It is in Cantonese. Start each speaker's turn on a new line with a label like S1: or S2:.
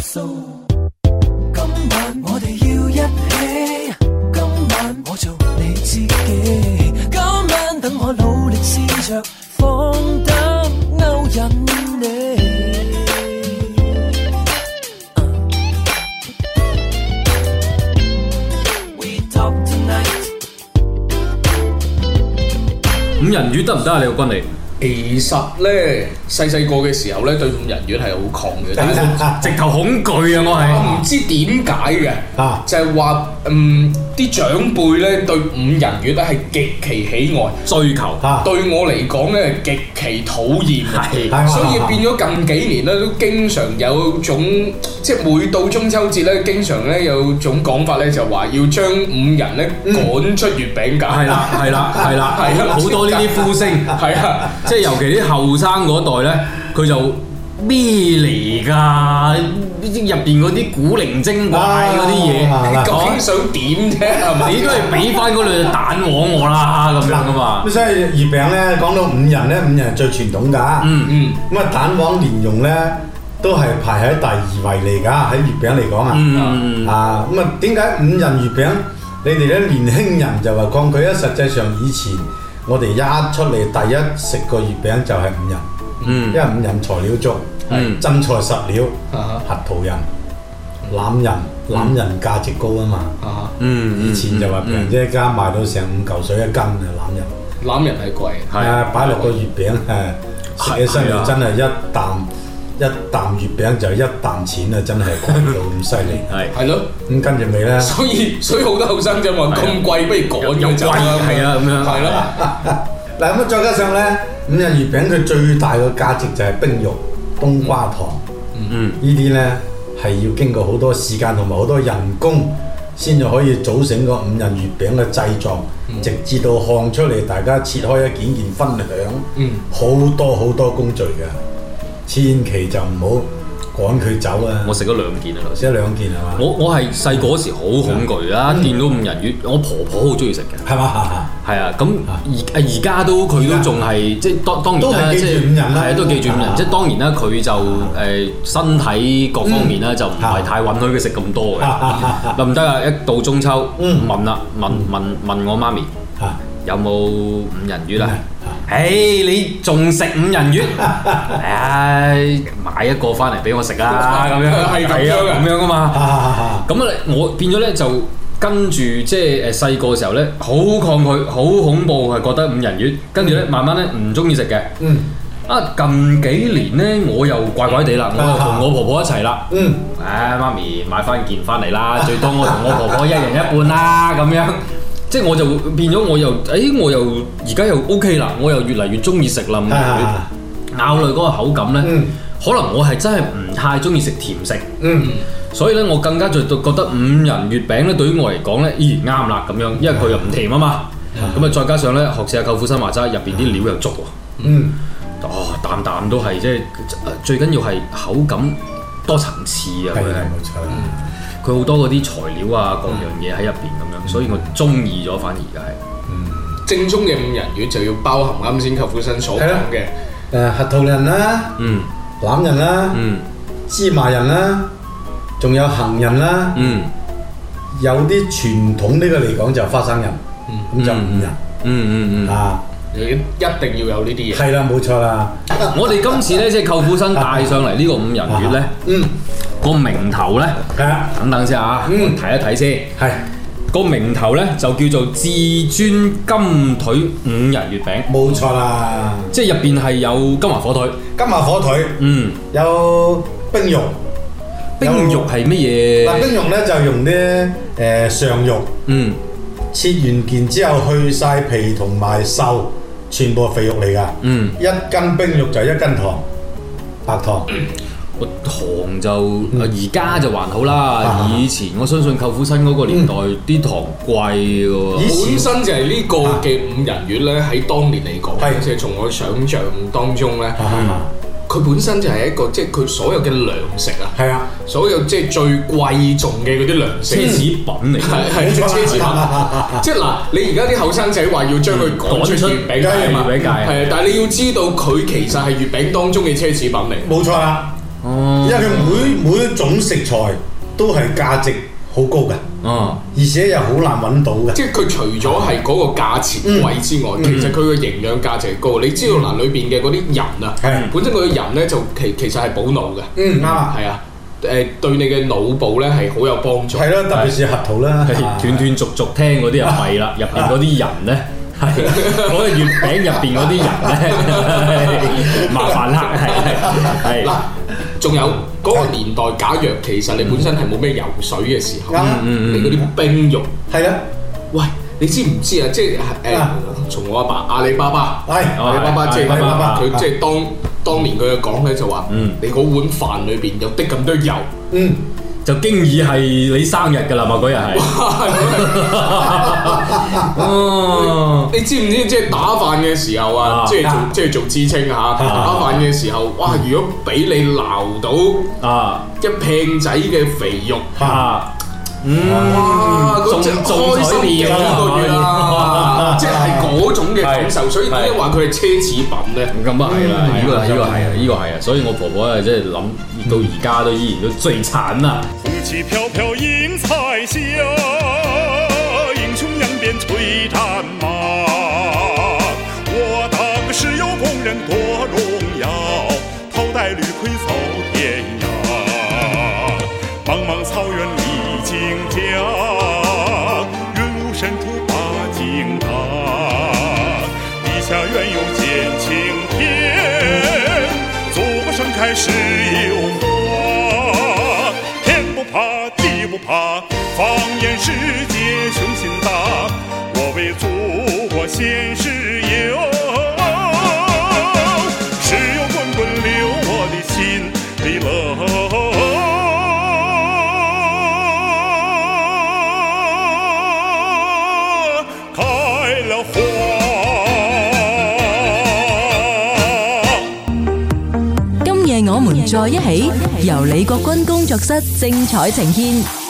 S1: 数。今晚我哋要一起，今晚我做你知己。今晚等我努力试着放膽勾引你。We talk tonight.
S2: 五仁魚得唔得啊？李浩君你？
S3: 其實咧，細細個嘅時候咧，對五仁月係好抗嘅，但係
S2: 直頭恐懼
S3: 我
S2: 啊！
S3: 唔知點解嘅，
S4: 啊
S3: 就係話嗯啲長輩咧對五仁月咧係極其喜愛。
S2: 我係追求
S4: 啊
S3: 對我嚟講咧，極其討厭
S2: 係
S4: 係
S3: 所以變咗近幾年咧，都經常有種即係每到中秋節咧，經常咧有種講法咧，就話要將五人咧趕出月餅界。
S2: 係啦 係啦係啦，
S3: 係啊
S2: 好多呢啲呼聲，
S3: 係啊，
S2: 即係尤其啲後生嗰代咧，佢就咩嚟㗎？入邊嗰啲古靈精怪嗰啲嘢，
S4: 啊嗱
S3: 究
S2: 講
S3: 竟想點啫？係咪？
S2: 你都係俾翻嗰兩隻蛋黃我啦咁樣噶啊嘛
S4: 咁。所以月餅咧講到五仁咧，五仁係最傳統㗎。
S2: 嗯
S3: 嗯。
S4: 咁啊，蛋黃蓮蓉咧都係排喺第二位嚟㗎，喺月餅嚟講啊。
S2: 嗯，
S4: 啊，咁啊，點解五仁月餅？你哋咧年輕人就話抗拒咧，實際上以前我哋一出嚟第一食個月餅就係五仁，
S2: 嗯
S4: 因為五仁材料足，
S2: 嗯
S4: 真材實料，
S3: 啊
S4: 核桃仁、欖仁、欖仁價值高啊嘛。
S3: 啊！
S2: 嗯，
S4: 以前就話平啫，而家賣到成五嚿水一斤啊，欖仁。
S3: 攬人係貴。
S2: 係
S4: 啊，擺落個月餅誒，食起身
S2: 係
S4: 就
S2: 啊
S4: 真係一啖一啖月餅就一啖錢啊，真係貴到咁犀利。
S2: 係
S3: 係咯，
S4: 咁跟住尾咧，
S3: 所以所以好多後生仔話
S2: 係啊
S3: 咁貴，不如趕
S2: 有
S3: 佢走啦
S2: 貴係啊咁樣
S3: 係咯，
S4: 嗱咁啊，再加上咧，五仁月餅佢最大嘅價值就係冰肉、冬瓜糖，
S2: 嗯，
S4: 呢啲咧係要經過好多時間同埋好多人工先至可以組成個五仁月餅嘅製作，
S2: 嗯
S4: 直至到烘出嚟，大家切開一件件分享，
S3: 嗯
S4: 好多好多工序嘅，千祈就唔好趕佢走啊！
S2: 我食咗兩件啊頭
S4: 即
S2: 先。
S4: 係兩件係嘛？
S2: 我我係細個嗰時好恐懼啦，見到五仁月，我婆婆好中意食嘅。
S4: 係嘛？
S2: 係啊，咁
S4: 啊
S2: 而而家都佢都仲係即係當當然啦，
S4: 都係記
S2: 即
S4: 住
S2: 係
S4: 五人啦
S2: 係啊，都記住五人
S4: 啊。
S2: 即係當然啦，佢就誒身體各方面咧就唔係太允許佢食咁多嘅。嗱唔得啊！一到中秋
S4: 嗯
S2: 問啦，問問問我媽咪
S4: 嚇！
S2: 有冇五仁月啦
S4: 嗯？
S2: 唉，你仲食五仁月？唉，買一個翻嚟俾我食啦，咁樣
S3: 係咁樣嘅
S2: 係啊咁樣噶嘛。
S4: 啊！
S2: 咁咧，我變咗咧就跟住即係誒呃細個嘅時候咧，好抗拒，好恐怖，係覺得五仁月。跟住咧，慢慢咧唔中意食嘅。
S4: 嗯
S2: 啊，近幾年咧，我又怪怪地啦，我又同我婆婆一齊啦。
S4: 啊嗯，
S2: 唉、媽咪買翻件翻嚟 啦，最多我同我婆婆一人一半啦，咁樣。即係我就變咗，我又誒、哎我又而家又 OK 啦，我又越嚟越中意食啦，五仁月
S4: 啊
S2: 咬落去嗰個口感咧，
S4: 嗯
S2: 可能我係真係唔太中意食甜食。
S4: 嗯
S2: 所以咧，我更加就覺得五仁月餅咧，對於我嚟講咧，依然啱啦咁樣，因為佢又唔甜啊嘛。咁啊，再加上咧，學似阿舅父新話齋，啊入邊啲料又足喎。
S4: 嗯。
S2: 哦，啖啖都係即係最緊要係口感多層次啊！
S4: 係
S2: 佢
S4: 啦，
S2: 係
S4: 冇錯啦。
S2: 嗯佢好多嗰啲材料啊，各樣嘢喺入邊咁樣，所以我中意咗反而而家
S3: 正宗嘅五人月就要包含啱先舅父新所講嘅，
S4: 誒核桃仁啦、
S2: 係嗯
S4: 欖仁啦、
S2: 嗯
S4: 芝麻仁啦，仲有杏仁啦，
S2: 嗯
S4: 有啲傳統呢個嚟講就花生仁，咁就
S2: 嗯
S4: 五
S2: 嗯
S4: 仁
S2: 嗯嗯。
S4: 啊，
S3: 你一定要有呢啲嘢。
S4: 係啦，冇錯啦。
S2: 我哋今次咧即係舅父新帶上嚟呢個五仁月咧，
S4: 嗯，
S2: 個名頭咧，
S4: 係啊，
S2: 等等先啊，我
S4: 嗯
S2: 睇一睇先。
S4: 係
S2: 個名頭咧就叫做至尊金腿五仁月餅，
S4: 冇錯啦。
S2: 即係入邊係有金華火腿，
S4: 金華火腿
S2: 嗯，
S4: 有冰肉，
S2: 冰肉係乜
S4: 嗱
S2: 嘢？
S4: 冰肉咧就用啲誒上肉
S2: 嗯，
S4: 切完件之後去晒皮同埋瘦，全部係肥肉嚟㗎。
S2: 嗯，
S4: 一斤冰肉就一斤糖，白糖。
S2: 個糖就啊而家就還好啦，
S4: 嗯啊
S2: 以前我相信舅父新嗰個年代啲糖貴嘅
S4: 嗯以
S2: 喎，
S4: 前
S3: 本身就係呢個
S2: 啊
S3: 嘅五人月咧，喺當年嚟講，
S4: 係
S3: 即係從我想像當中咧，
S4: 啊
S3: 佢本身就係一個即係佢所有嘅糧食啊，
S4: 係啊，
S3: 所有即係最貴重嘅嗰啲糧食，
S2: 奢侈品嚟
S3: 係
S2: 嘅，
S3: 係奢侈品。即係嗱，你而家啲後生仔話要將佢趕出月餅界啊嘛，
S2: 趕出月餅界
S3: 係啊，但係你要知道佢其實係月餅當中嘅奢侈品嚟。
S4: 冇錯啦。
S2: 哦
S4: 因為佢每每一種食材都係價值好高嘅，
S2: 哦，
S4: 而且又好難揾到嘅。
S3: 即係佢除咗係嗰個價錢貴之外，其實佢個營養價值係高。你知道嗱，裏邊嘅嗰啲人啊
S4: 係，
S3: 本身佢個人咧就其其實係補腦嘅，
S4: 嗯，啱啊，
S3: 係啊，誒對你嘅腦部咧係好有幫助。
S4: 係咯，特別是核桃啦，
S2: 係斷斷續續聽嗰啲又弊 啦，入邊嗰啲人咧。係嗰個月餅入邊嗰啲人咧，麻煩啦，係係
S3: 嗱
S2: 係，
S3: 仲有嗰個年代，假若其實你本身係冇咩游水嘅時候，
S4: 啱
S3: 你嗰啲冰肉，
S4: 係啊，
S3: 喂，你知唔知啊？即係誒
S4: 啊，
S3: 從我阿爸阿里巴巴。
S4: 係
S2: 哦
S3: 阿里巴巴即係
S2: 阿里巴巴
S3: 佢即係當當年佢嘅講咧就話
S2: 嗯，
S3: 你嗰碗飯裏邊有滴咁多油，
S4: 嗯，
S2: 就經已係你生日㗎啦嘛，嗰日係， 哦，
S3: 你知唔知即係打飯嘅時候
S2: 啊，
S3: 啊
S2: 嗯
S3: 即係做
S4: 啊
S3: 即係做知青嚇，打飯嘅時候，哇！如果俾你撈到
S2: 啊
S3: 一片仔嘅肥肉，
S2: 啊，嗯，
S3: 哇！嗰隻
S2: 中中
S3: 開心嘅
S2: 彩電
S3: 呢個月啦
S2: 啊，
S3: 即係嗰種嘅感受，
S2: 係
S3: 所以點解話佢係奢侈品咧？
S2: 咁啊係啦，
S3: 嗯
S2: 呢個呢
S3: 係
S2: 個
S3: 啊
S2: 係啊，呢個係啊，所以我婆婆啊，即係諗到而家都依然都最慘啊啦。
S5: 紫旗飘飘迎彩霞，英雄扬鞭催战马。我当时有功人多荣耀，头戴绿盔走天涯。茫茫草原历荆棘，润物深处把荆打。地下原有剑青天，祖国盛开时有花。天不怕地不怕，放眼世界雄心大。我为祖国献石油，石油滚滚流我的心里喽。开了花。
S6: 今夜我们在一起，由李国君工作室精彩呈现。